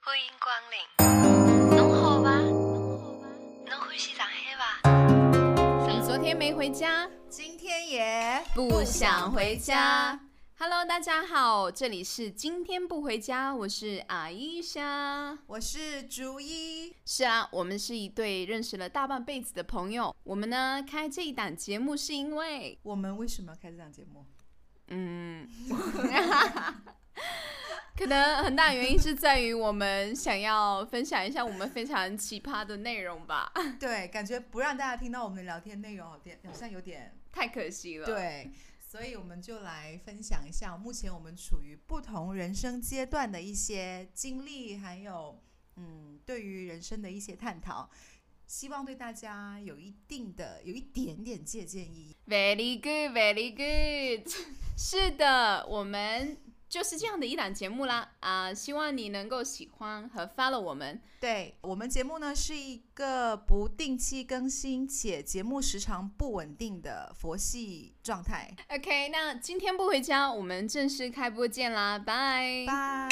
欢迎光临。侬好伐？侬好伐？侬欢喜上海伐？你昨天没回家，今天也不想回家。Hello，大家好，这里是今天不回家，我是阿伊莎。我是逐一，是啊，我们是一对认识了大半辈子的朋友。我们呢开这一档节目是因为，我们为什么要开这档节目？ 嗯， 可能很大原因是在于我们想要分享一下我们非常奇葩的内容吧，对，感觉不让大家听到我们的聊天内容，好点好像有点太可惜了。，对，所以我们就来分享一下目前我们处于不同人生阶段的一些经历，还有嗯，对于人生的一些探讨，希望对大家有一定的有一点点借鉴意义。 Very good, very good 。 是的，我们就是这样的一档节目啦啊、希望你能够喜欢和 follow 我们。对我们节目呢是一个不定期更新且节目时长不稳定的佛系状态。 OK，那今天不回家，我们正式开播见啦，拜拜。